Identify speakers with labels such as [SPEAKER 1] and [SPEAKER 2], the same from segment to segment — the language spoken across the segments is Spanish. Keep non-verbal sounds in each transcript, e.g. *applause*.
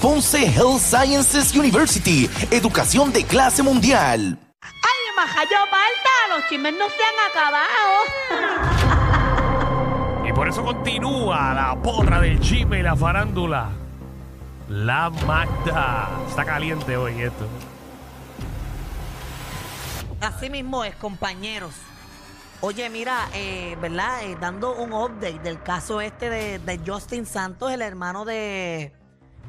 [SPEAKER 1] Ponce Health Sciences University, educación de clase mundial.
[SPEAKER 2] ¡Ay, Majayo Malta! ¡Los chismes no se han acabado!
[SPEAKER 3] Y por eso continúa la porra del chisme y la farándula. La Magda. Está caliente hoy esto.
[SPEAKER 4] Así mismo es, compañeros. Oye, mira, eh, ¿verdad? Eh, dando un update del caso este de, de Justin Santos, el hermano de,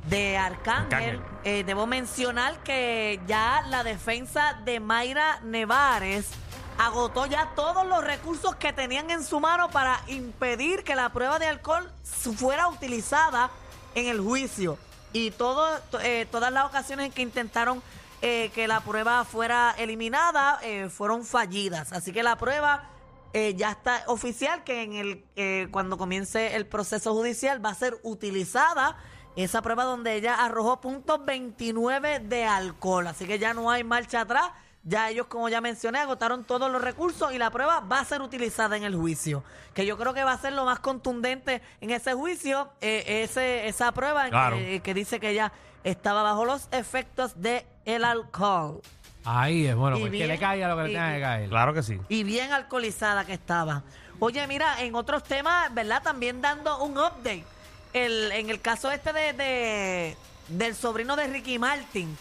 [SPEAKER 4] de Arcángel.
[SPEAKER 3] Arcángel.
[SPEAKER 4] Eh, debo mencionar que ya la defensa de Mayra Nevares agotó ya todos los recursos que tenían en su mano para impedir que la prueba de alcohol fuera utilizada en el juicio. Y todo, to- eh, todas las ocasiones en que intentaron eh, que la prueba fuera eliminada eh, fueron fallidas. Así que la prueba eh, ya está oficial que en el eh, cuando comience el proceso judicial va a ser utilizada esa prueba donde ella arrojó puntos 29 de alcohol. Así que ya no hay marcha atrás. Ya ellos, como ya mencioné, agotaron todos los recursos y la prueba va a ser utilizada en el juicio. Que yo creo que va a ser lo más contundente en ese juicio, eh, ese, esa prueba en que-
[SPEAKER 3] Claro.
[SPEAKER 4] eh, que dice que ella estaba bajo los efectos de el alcohol.
[SPEAKER 5] Ahí es, bueno,
[SPEAKER 4] Y
[SPEAKER 5] pues
[SPEAKER 4] bien,
[SPEAKER 5] que le caiga lo que le
[SPEAKER 4] y-
[SPEAKER 5] tenga
[SPEAKER 4] y-
[SPEAKER 5] que caer.
[SPEAKER 3] Claro que sí.
[SPEAKER 4] y bien alcoholizada que estaba. Oye, mira, en otros temas, ¿verdad? También dando un update. El, en el caso este de, de- del sobrino de Ricky Martin.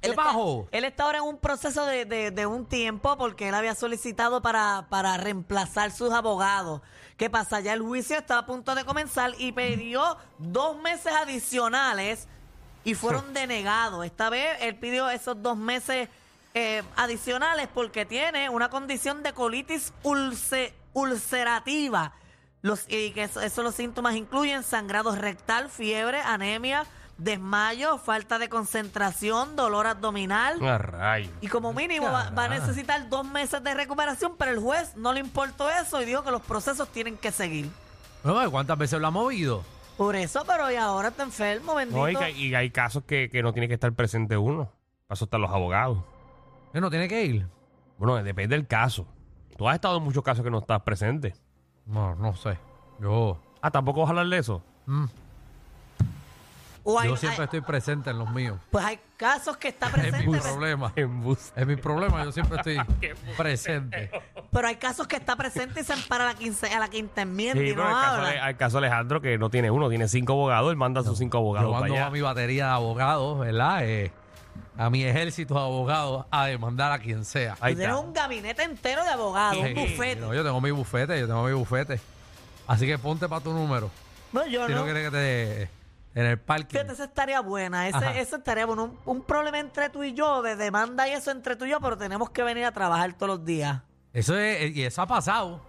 [SPEAKER 5] ¿Qué
[SPEAKER 4] Él está-
[SPEAKER 5] bajo?
[SPEAKER 4] Él está ahora en un proceso de, de- de un tiempo porque él había solicitado para, para reemplazar sus abogados. ¿Qué pasa? Ya el juicio está a punto de comenzar y pidió dos meses adicionales y fueron denegados. Esta vez él pidió esos dos meses eh, adicionales porque tiene una condición de colitis ulce- ulcerativa. Los, y que eso, eso los síntomas incluyen sangrado rectal, fiebre, anemia, desmayo, falta de concentración, dolor abdominal.
[SPEAKER 3] Ah, rayo.
[SPEAKER 4] Y como mínimo va, va a necesitar dos meses de recuperación, pero el juez no le importó eso y dijo que los procesos tienen que seguir.
[SPEAKER 5] Bueno, ¿cuántas veces lo ha movido?
[SPEAKER 4] Por eso, pero y ahora está enfermo, bendito.
[SPEAKER 3] No, y, que- y hay casos que, que no tiene que estar presente uno. Para eso están los abogados.
[SPEAKER 5] Eh, No tiene que ir.
[SPEAKER 3] Bueno, depende del caso. Tú has estado en muchos casos que no estás presente.
[SPEAKER 5] No, no sé. Yo,
[SPEAKER 3] Ah, tampoco vas a hablar de eso.
[SPEAKER 5] mm,
[SPEAKER 4] O hay-
[SPEAKER 5] yo siempre
[SPEAKER 4] hay-
[SPEAKER 5] estoy presente en los míos.
[SPEAKER 4] pues hay casos que está
[SPEAKER 5] Es mi
[SPEAKER 4] presente,
[SPEAKER 5] problema.
[SPEAKER 3] En bus.
[SPEAKER 5] Es mi problema, yo siempre estoy
[SPEAKER 4] *laughs*
[SPEAKER 5] presente.
[SPEAKER 4] pero hay casos que está presente y se ampara a la, quince, a la quinta
[SPEAKER 3] Sí,
[SPEAKER 4] enmienda y
[SPEAKER 3] pero
[SPEAKER 4] no
[SPEAKER 3] el caso,
[SPEAKER 4] habla.
[SPEAKER 3] de- al caso de Alejandro, que no tiene uno, tiene cinco abogados, él manda a sus cinco abogados
[SPEAKER 5] Yo
[SPEAKER 3] para
[SPEAKER 5] mando
[SPEAKER 3] allá.
[SPEAKER 5] a mi batería de abogados, ¿verdad? Eh, a mi ejército de abogados a demandar a quien sea.
[SPEAKER 3] Ahí
[SPEAKER 4] Tú tienes
[SPEAKER 3] está.
[SPEAKER 4] un gabinete entero de abogados,
[SPEAKER 5] Sí,
[SPEAKER 4] un bufete.
[SPEAKER 5] no, yo tengo mi bufete, yo tengo mi bufete. Así que ponte para tu número.
[SPEAKER 4] No, yo
[SPEAKER 5] Si no
[SPEAKER 4] no.
[SPEAKER 5] quieres que te... En el parque.
[SPEAKER 4] Fíjate, esa estaría buena,
[SPEAKER 5] Ajá.
[SPEAKER 4] ese, esa estaría buena. Un, un problema entre tú y yo, de demanda y eso entre tú y yo, pero tenemos que venir a trabajar todos los días.
[SPEAKER 5] Eso es, eh, y eso ha pasado.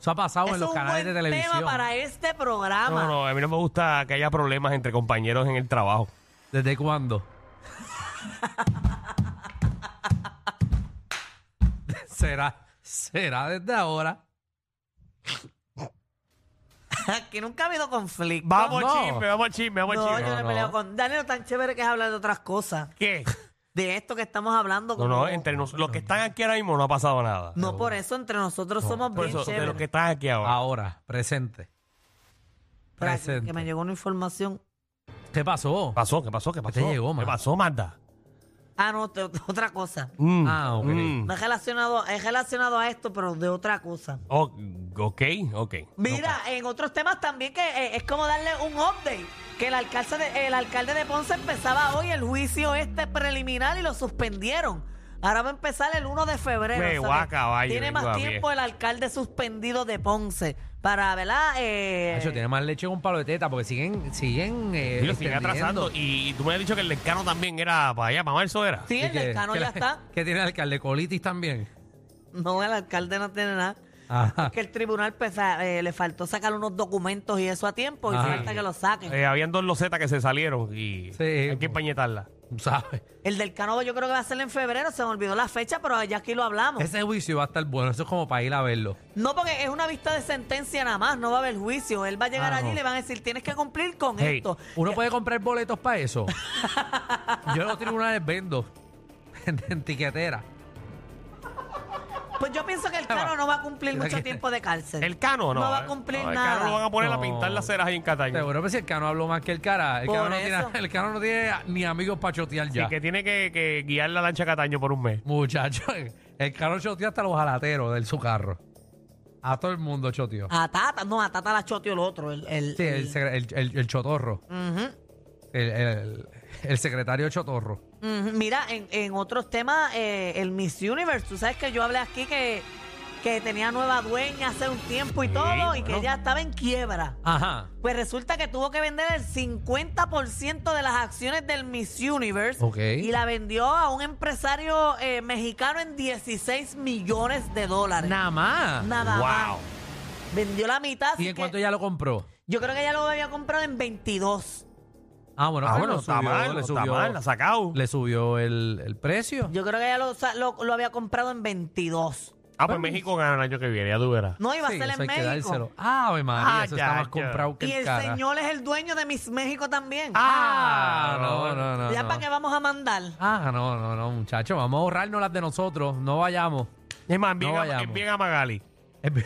[SPEAKER 5] Eso ha pasado
[SPEAKER 4] Eso
[SPEAKER 5] en los
[SPEAKER 4] es un
[SPEAKER 5] canales de
[SPEAKER 4] buen
[SPEAKER 5] televisión.
[SPEAKER 4] tema para este programa.
[SPEAKER 3] No, no, a mí no me gusta que haya problemas entre compañeros en el trabajo.
[SPEAKER 5] ¿Desde cuándo? *laughs* será, será desde ahora.
[SPEAKER 4] *laughs* Aquí nunca ha habido conflicto.
[SPEAKER 3] Vamos
[SPEAKER 5] No.
[SPEAKER 3] al chisme, vamos al chisme, vamos al
[SPEAKER 4] No,
[SPEAKER 3] chisme.
[SPEAKER 4] yo no he
[SPEAKER 5] no.
[SPEAKER 4] peleado con Daniel, tan chévere que es hablar de otras cosas.
[SPEAKER 3] ¿Qué?
[SPEAKER 4] De esto que estamos hablando.
[SPEAKER 3] No,
[SPEAKER 4] como-
[SPEAKER 3] no, entre nos- los que están aquí ahora mismo no ha pasado nada.
[SPEAKER 4] No, por eso entre nosotros somos
[SPEAKER 3] Por
[SPEAKER 4] bien
[SPEAKER 3] eso, de
[SPEAKER 4] chéveres.
[SPEAKER 3] los que están aquí
[SPEAKER 5] Ah,
[SPEAKER 3] ahora.
[SPEAKER 5] Ahora, presente.
[SPEAKER 4] Espera, que-
[SPEAKER 5] presente.
[SPEAKER 4] que me llegó una información.
[SPEAKER 5] ¿Qué pasó?
[SPEAKER 3] ¿Qué pasó? ¿Qué pasó? ¿Qué pasó?
[SPEAKER 5] llegó,
[SPEAKER 3] ¿Qué
[SPEAKER 5] Magda?
[SPEAKER 3] pasó, Magda?
[SPEAKER 4] Ah, no, te- otra cosa.
[SPEAKER 3] Mm,
[SPEAKER 5] Ah, ok.
[SPEAKER 3] mm.
[SPEAKER 4] No es relacionado, es relacionado a esto, pero de otra cosa.
[SPEAKER 3] Oh, ok, ok.
[SPEAKER 4] Mira, en otros temas también que eh, es como darle un update. Que el alcalde, de, el alcalde de Ponce empezaba hoy el juicio este preliminar y lo suspendieron. Ahora va a empezar el 1 de febrero.
[SPEAKER 3] Me
[SPEAKER 4] o sea
[SPEAKER 3] voy a
[SPEAKER 4] que
[SPEAKER 3] caballo,
[SPEAKER 4] Tiene
[SPEAKER 3] vengo a
[SPEAKER 4] más
[SPEAKER 3] pie.
[SPEAKER 4] tiempo el alcalde suspendido de Ponce para, ¿verdad? Eh,
[SPEAKER 5] Nacho, tiene más leche que un palo de teta porque siguen, siguen, eh,
[SPEAKER 3] Y lo siguen
[SPEAKER 5] extendiendo.
[SPEAKER 3] atrasando. Y, y tú me has dicho que el lecano también era para allá, para marzo era.
[SPEAKER 4] sí,
[SPEAKER 5] Y
[SPEAKER 4] el decano
[SPEAKER 5] que
[SPEAKER 4] ya
[SPEAKER 5] la-
[SPEAKER 4] está.
[SPEAKER 5] Que tiene el alcalde colitis también.
[SPEAKER 4] No, el alcalde no tiene nada.
[SPEAKER 3] Ah.
[SPEAKER 5] Ajá.
[SPEAKER 4] Es que el tribunal pues, a- eh, le faltó sacar unos documentos y eso a tiempo y
[SPEAKER 5] Ay.
[SPEAKER 4] falta que lo saquen.
[SPEAKER 3] Eh, habían dos losetas que se salieron y
[SPEAKER 5] Sí,
[SPEAKER 3] hay que
[SPEAKER 5] pues.
[SPEAKER 3] empañetarla.
[SPEAKER 5] ¿sabes?
[SPEAKER 4] El del Canova yo creo que va a ser en febrero, se me olvidó la fecha, pero ya aquí lo hablamos.
[SPEAKER 5] Ese juicio va a estar bueno, eso es como para ir a verlo.
[SPEAKER 4] No, porque es una vista de sentencia nada más, no va a haber juicio. Él va a llegar
[SPEAKER 5] Ah,
[SPEAKER 4] allí
[SPEAKER 5] no.
[SPEAKER 4] y le van a decir, tienes que cumplir con
[SPEAKER 5] Hey,
[SPEAKER 4] esto.
[SPEAKER 5] uno puede comprar boletos para
[SPEAKER 4] *laughs*
[SPEAKER 5] eso. Yo en los tribunales vendo *laughs* en, en tiquetera.
[SPEAKER 4] Pues yo pienso que el Cano no va a cumplir
[SPEAKER 5] Mira
[SPEAKER 4] mucho
[SPEAKER 5] que-
[SPEAKER 4] tiempo de cárcel.
[SPEAKER 3] El cano no.
[SPEAKER 4] No va a
[SPEAKER 3] eh.
[SPEAKER 4] cumplir
[SPEAKER 3] No, el
[SPEAKER 4] nada.
[SPEAKER 3] cano lo van a poner a pintar
[SPEAKER 5] No.
[SPEAKER 3] las ceras ahí en Cataño.
[SPEAKER 5] Seguro que si el cano habló más que el cara. El
[SPEAKER 4] Por
[SPEAKER 5] cano, no tiene,
[SPEAKER 4] eso.
[SPEAKER 5] *laughs* el Cano no tiene ni amigos para chotear
[SPEAKER 3] Así
[SPEAKER 5] ya.
[SPEAKER 3] que tiene que, que guiar la lancha a Cataño por un mes.
[SPEAKER 5] Muchacho, *laughs* el cano choteó hasta los jalateros de su carro. A todo el mundo choteó.
[SPEAKER 4] A Tata, no, a Tata la choteó el otro. El, el-
[SPEAKER 5] Sí, el,
[SPEAKER 4] el-
[SPEAKER 5] secre- el- el- el chotorro.
[SPEAKER 4] Mm.
[SPEAKER 5] el, el- el secretario chotorro.
[SPEAKER 4] Ujú, Mira, en, en otros temas, eh, el Miss Universe, tú sabes que yo hablé aquí que, que tenía nueva dueña hace un tiempo y
[SPEAKER 3] Sí,
[SPEAKER 4] todo, y
[SPEAKER 3] bueno.
[SPEAKER 4] que ya estaba en quiebra.
[SPEAKER 5] Ajá.
[SPEAKER 4] Pues resulta que tuvo que vender el 50% de las acciones del Miss Universe
[SPEAKER 5] Ok.
[SPEAKER 4] y la vendió a un empresario eh, mexicano en 16 millones de dólares.
[SPEAKER 5] Nada más.
[SPEAKER 4] Nada más.
[SPEAKER 3] wow.
[SPEAKER 5] Ah,
[SPEAKER 4] Vendió la mitad. así
[SPEAKER 5] ¿Y en
[SPEAKER 4] que
[SPEAKER 5] cuánto ya lo compró?
[SPEAKER 4] Yo creo que ya lo había comprado en 22.
[SPEAKER 5] Ah, bueno,
[SPEAKER 3] Ah,
[SPEAKER 5] ah,
[SPEAKER 3] bueno,
[SPEAKER 5] lo
[SPEAKER 3] está
[SPEAKER 5] subió,
[SPEAKER 3] mal,
[SPEAKER 5] le
[SPEAKER 3] está
[SPEAKER 5] subió,
[SPEAKER 3] mal, la ha sacado.
[SPEAKER 5] le subió el, el precio.
[SPEAKER 4] Yo creo que ya lo, sa- lo, lo había comprado en 22.
[SPEAKER 3] Ah, pues México gana el año que viene, ya tú verás.
[SPEAKER 4] No iba
[SPEAKER 5] Sí,
[SPEAKER 4] a ser
[SPEAKER 5] eso
[SPEAKER 4] en
[SPEAKER 5] hay que
[SPEAKER 4] México.
[SPEAKER 5] dárselo. Ave María,
[SPEAKER 3] Ah,
[SPEAKER 5] eso
[SPEAKER 3] ya,
[SPEAKER 5] está más
[SPEAKER 3] ya.
[SPEAKER 5] comprado que
[SPEAKER 4] Y el
[SPEAKER 5] cara.
[SPEAKER 4] señor es el dueño de Miss México también.
[SPEAKER 5] Ah, no, no, no.
[SPEAKER 4] ya
[SPEAKER 5] no.
[SPEAKER 4] para qué vamos a mandar.
[SPEAKER 5] Ah, no, no, no, muchachos. Vamos a ahorrarnos las de nosotros. No vayamos.
[SPEAKER 3] Es más, bien,
[SPEAKER 5] No
[SPEAKER 3] a,
[SPEAKER 5] vayamos.
[SPEAKER 3] envíen a Magali.
[SPEAKER 5] *laughs* Envi-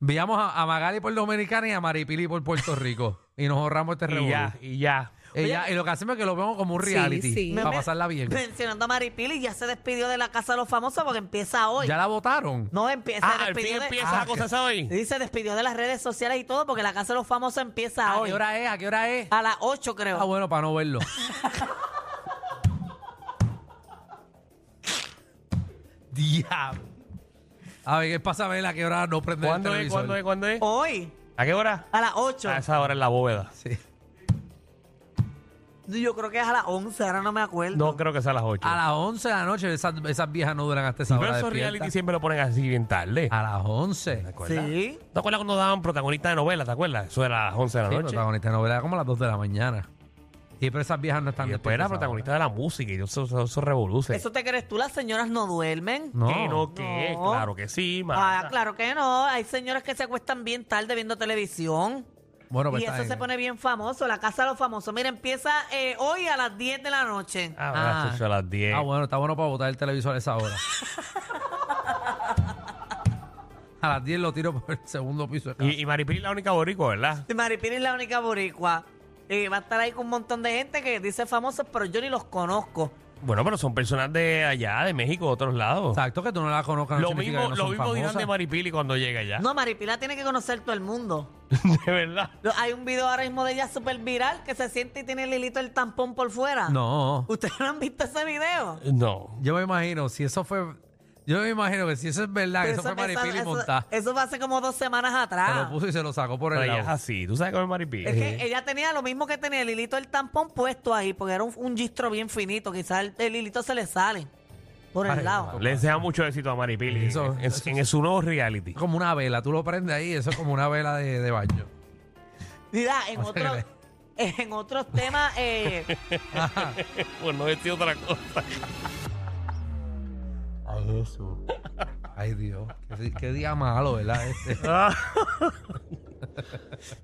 [SPEAKER 5] Enviamos a, a Magali por Dominicana y a Maripili por Puerto Rico. y nos ahorramos este
[SPEAKER 3] Y
[SPEAKER 5] revolú.
[SPEAKER 3] ya, y ya.
[SPEAKER 4] Eh,
[SPEAKER 5] Y ya, y lo que hacemos es que lo vemos como un reality.
[SPEAKER 6] sí.
[SPEAKER 5] Para
[SPEAKER 4] Me-
[SPEAKER 5] pasarla bien.
[SPEAKER 4] Mencionando a Maripili, ya se despidió de la Casa de los Famosos porque empieza hoy.
[SPEAKER 5] ¿Ya la votaron?
[SPEAKER 4] No empieza,
[SPEAKER 3] Ah, al
[SPEAKER 4] despidió
[SPEAKER 3] fin
[SPEAKER 4] de-
[SPEAKER 3] empieza
[SPEAKER 4] Ah,
[SPEAKER 3] la cosa esa hoy.
[SPEAKER 4] Sí, se despidió de las redes sociales y todo porque la Casa de los Famosos empieza
[SPEAKER 5] ¿A
[SPEAKER 3] Ah,
[SPEAKER 4] hoy.
[SPEAKER 5] qué hora es? ¿A qué hora es?
[SPEAKER 4] A las 8 creo.
[SPEAKER 5] Ah, bueno, para no verlo. Diablo. A ver, ¿qué pasa, Vela? ¿Qué hora no prende el
[SPEAKER 3] ¿Cuándo es?
[SPEAKER 5] televisor?
[SPEAKER 3] ¿Cuándo es? ¿Cuándo es?
[SPEAKER 4] Hoy,
[SPEAKER 3] ¿A qué hora?
[SPEAKER 4] a las 8.
[SPEAKER 3] A Ah, esa hora en la bóveda.
[SPEAKER 5] Sí.
[SPEAKER 4] Yo creo que es a las 11, ahora no me acuerdo.
[SPEAKER 3] No creo que sea a las 8.
[SPEAKER 5] A las 11 de la noche esas, esas viejas no duran hasta esa
[SPEAKER 3] Pero
[SPEAKER 5] hora Ah.
[SPEAKER 3] esos
[SPEAKER 5] despiertas.
[SPEAKER 3] reality siempre lo ponen así bien tarde.
[SPEAKER 5] A las 11.
[SPEAKER 3] acuerdas?
[SPEAKER 4] sí.
[SPEAKER 3] ¿Te acuerdas cuando daban protagonistas de novelas? ¿Te acuerdas? Eso era a las 11 de la
[SPEAKER 5] Sí,
[SPEAKER 3] noche.
[SPEAKER 5] protagonista de novela como a las 2 de la mañana. Y pero esas viejas no están
[SPEAKER 3] Y después era
[SPEAKER 5] despiertas a esa hora.
[SPEAKER 3] protagonista de la música y eso, eso, eso revoluce.
[SPEAKER 4] ¿Eso te crees tú? Las señoras no duermen.
[SPEAKER 5] No.
[SPEAKER 3] ¿Qué no qué?
[SPEAKER 4] No.
[SPEAKER 3] Claro que sí, Marta.
[SPEAKER 4] Ah, claro que no. Hay señoras que se acuestan bien tarde viendo televisión.
[SPEAKER 5] Bueno, pues
[SPEAKER 4] y
[SPEAKER 5] está
[SPEAKER 4] eso se
[SPEAKER 5] bien.
[SPEAKER 4] pone bien famoso, la Casa de los Famosos. Mira, empieza eh, hoy a las 10 de la noche.
[SPEAKER 3] Ah, bueno,
[SPEAKER 5] Ah.
[SPEAKER 3] las ocho a las 10.
[SPEAKER 5] Ah, bueno, está bueno para botar el televisor a esa hora. a las 10 lo tiro por el segundo piso. de casa.
[SPEAKER 3] Y, y Maripil es la única boricua, ¿verdad?
[SPEAKER 4] Y Maripiri es la única boricua. Y va a estar ahí con un montón de gente que dice famosos, pero yo ni los conozco.
[SPEAKER 3] Bueno, pero son personas de allá, de México, de otros lados.
[SPEAKER 5] Exacto, que tú no la conozcas. no
[SPEAKER 3] lo
[SPEAKER 5] significa
[SPEAKER 3] mismo,
[SPEAKER 5] que no
[SPEAKER 3] lo
[SPEAKER 5] son
[SPEAKER 3] mismo dirán
[SPEAKER 5] famosas.
[SPEAKER 3] de Maripili cuando llega allá.
[SPEAKER 4] No, Maripila tiene que conocer todo el mundo.
[SPEAKER 3] *laughs* de verdad.
[SPEAKER 4] Lo- Hay un video ahora mismo de ella súper viral que se siente y tiene el hilito del tampón por fuera.
[SPEAKER 5] No.
[SPEAKER 4] ¿Ustedes no han visto ese video?
[SPEAKER 3] No.
[SPEAKER 5] Yo me imagino, si eso fue. Yo me imagino que si eso es verdad, que
[SPEAKER 4] Pero
[SPEAKER 5] Ah, eso, fue Maripili
[SPEAKER 4] eso-
[SPEAKER 5] montada.
[SPEAKER 4] eso fue hace como dos semanas
[SPEAKER 5] Se
[SPEAKER 4] atrás.
[SPEAKER 5] lo puso Eh. y se lo sacó por
[SPEAKER 3] Pero
[SPEAKER 5] el
[SPEAKER 3] ella es
[SPEAKER 5] lado.
[SPEAKER 3] así. ¿Tú sabes cómo es Maripili? Eh,
[SPEAKER 4] Es que ella tenía lo mismo que tenía el hilito del tampón puesto ahí, porque era un, un gistro bien finito. Quizás el, el hilito se le sale por el
[SPEAKER 5] Ay,
[SPEAKER 4] lado.
[SPEAKER 3] Le desea mucho éxito a Maripili
[SPEAKER 5] Eso-
[SPEAKER 3] en,
[SPEAKER 5] eso-
[SPEAKER 3] en su nuevo reality.
[SPEAKER 5] Es
[SPEAKER 3] *laughs*
[SPEAKER 5] como una vela, tú lo prendes ahí, eso es como una vela de, de baño.
[SPEAKER 4] Mira, en,
[SPEAKER 5] *laughs* No se
[SPEAKER 4] otro,
[SPEAKER 5] cree.
[SPEAKER 4] en otros temas, eh,
[SPEAKER 5] Ajá.
[SPEAKER 3] Pues no decía otra
[SPEAKER 5] *laughs*
[SPEAKER 3] cosa.
[SPEAKER 5] Ay, Jesús. Ay, Dios. Qué, di- qué día malo, ¿verdad? Este.
[SPEAKER 4] *laughs*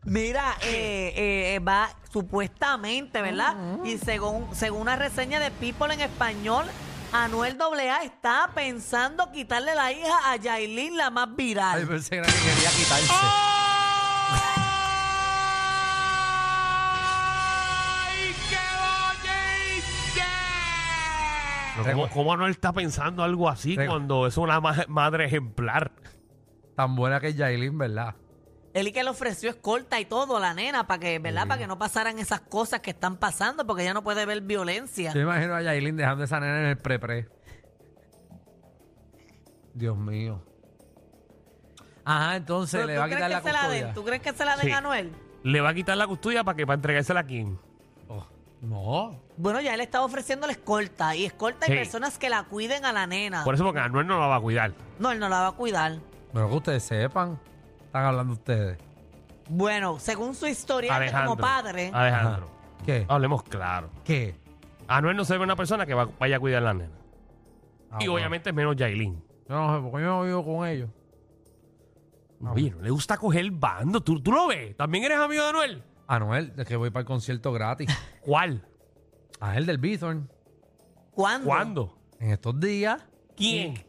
[SPEAKER 4] mira, eh, eh, eh, va supuestamente, ¿verdad? Y según, según una reseña de People en español, Anuel AA está pensando quitarle la hija a Yailin, la más
[SPEAKER 5] Ay,
[SPEAKER 4] viral.
[SPEAKER 5] pensé que era que quería quitarse.
[SPEAKER 3] ¿Cómo, cómo no está pensando algo así
[SPEAKER 5] Recu-
[SPEAKER 3] cuando es una ma- madre ejemplar?
[SPEAKER 5] Tan buena que es Yailin, ¿verdad?
[SPEAKER 4] Él y que le ofreció escolta y todo a la nena para que, ¿verdad? Para que no pasaran esas cosas que están pasando, porque ella no puede ver violencia.
[SPEAKER 5] Yo me imagino a Yailin dejando esa nena en el pre-pre. Dios mío. Ajá, entonces
[SPEAKER 4] Pero
[SPEAKER 5] le
[SPEAKER 4] ¿tú
[SPEAKER 5] va a
[SPEAKER 4] crees
[SPEAKER 5] quitar
[SPEAKER 4] que se
[SPEAKER 5] la
[SPEAKER 4] la den?
[SPEAKER 5] custodia.
[SPEAKER 4] ¿Tú crees que se la den
[SPEAKER 3] Sí.
[SPEAKER 4] a Anuel?
[SPEAKER 3] Le va a quitar la custodia para que para entregársela a quién.
[SPEAKER 5] Oh, no.
[SPEAKER 4] Bueno, ya él estaba ofreciéndole escolta y escolta y
[SPEAKER 3] Sí.
[SPEAKER 4] personas que la cuiden a la nena.
[SPEAKER 3] Por eso porque Anuel no la va a cuidar.
[SPEAKER 4] No, él no la va a cuidar.
[SPEAKER 5] Pero que ustedes sepan. Están hablando ustedes.
[SPEAKER 4] Bueno, según su historial de
[SPEAKER 3] Alejandro.
[SPEAKER 4] como padre,
[SPEAKER 3] Alejandro.
[SPEAKER 5] ¿Qué?
[SPEAKER 4] Ah.
[SPEAKER 3] Hablemos claro.
[SPEAKER 5] ¿Qué?
[SPEAKER 3] Anuel no se ve una persona que va- vaya a cuidar a la nena. y
[SPEAKER 5] Ah, bueno.
[SPEAKER 3] obviamente es menos Yailin.
[SPEAKER 5] Yo no sé, porque yo no vivo con ellos.
[SPEAKER 3] Oye, no le gusta coger el bando. ¿Tú, tú lo ves. También eres amigo de Anuel.
[SPEAKER 5] Anuel, es que voy para el
[SPEAKER 3] *laughs*
[SPEAKER 5] concierto gratis.
[SPEAKER 3] ¿Cuál?
[SPEAKER 5] A él del Bithorn.
[SPEAKER 4] ¿Cuándo?
[SPEAKER 3] ¿Cuándo?
[SPEAKER 5] En estos días,
[SPEAKER 3] ¿Quién?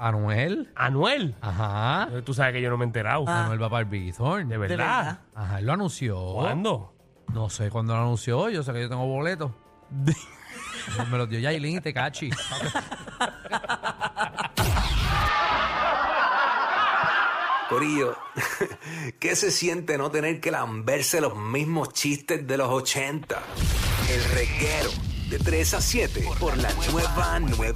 [SPEAKER 5] Anuel.
[SPEAKER 3] Anuel.
[SPEAKER 5] Ajá.
[SPEAKER 3] Tú sabes que yo no me he enterado.
[SPEAKER 5] Anuel va para el Bithorn.
[SPEAKER 3] Ah. De verdad.
[SPEAKER 4] ¿De verdad?
[SPEAKER 5] Ajá, él lo anunció.
[SPEAKER 3] ¿Cuándo?
[SPEAKER 5] No sé cuándo lo anunció. Yo sé que yo tengo
[SPEAKER 3] *laughs*
[SPEAKER 5] boletos. Me los dio Yailin y Tecachi.
[SPEAKER 6] Corillo, *laughs* ¿qué se siente no tener que lamberse los mismos chistes de los 80? El reguero de 3 a 7 por la nueva 9.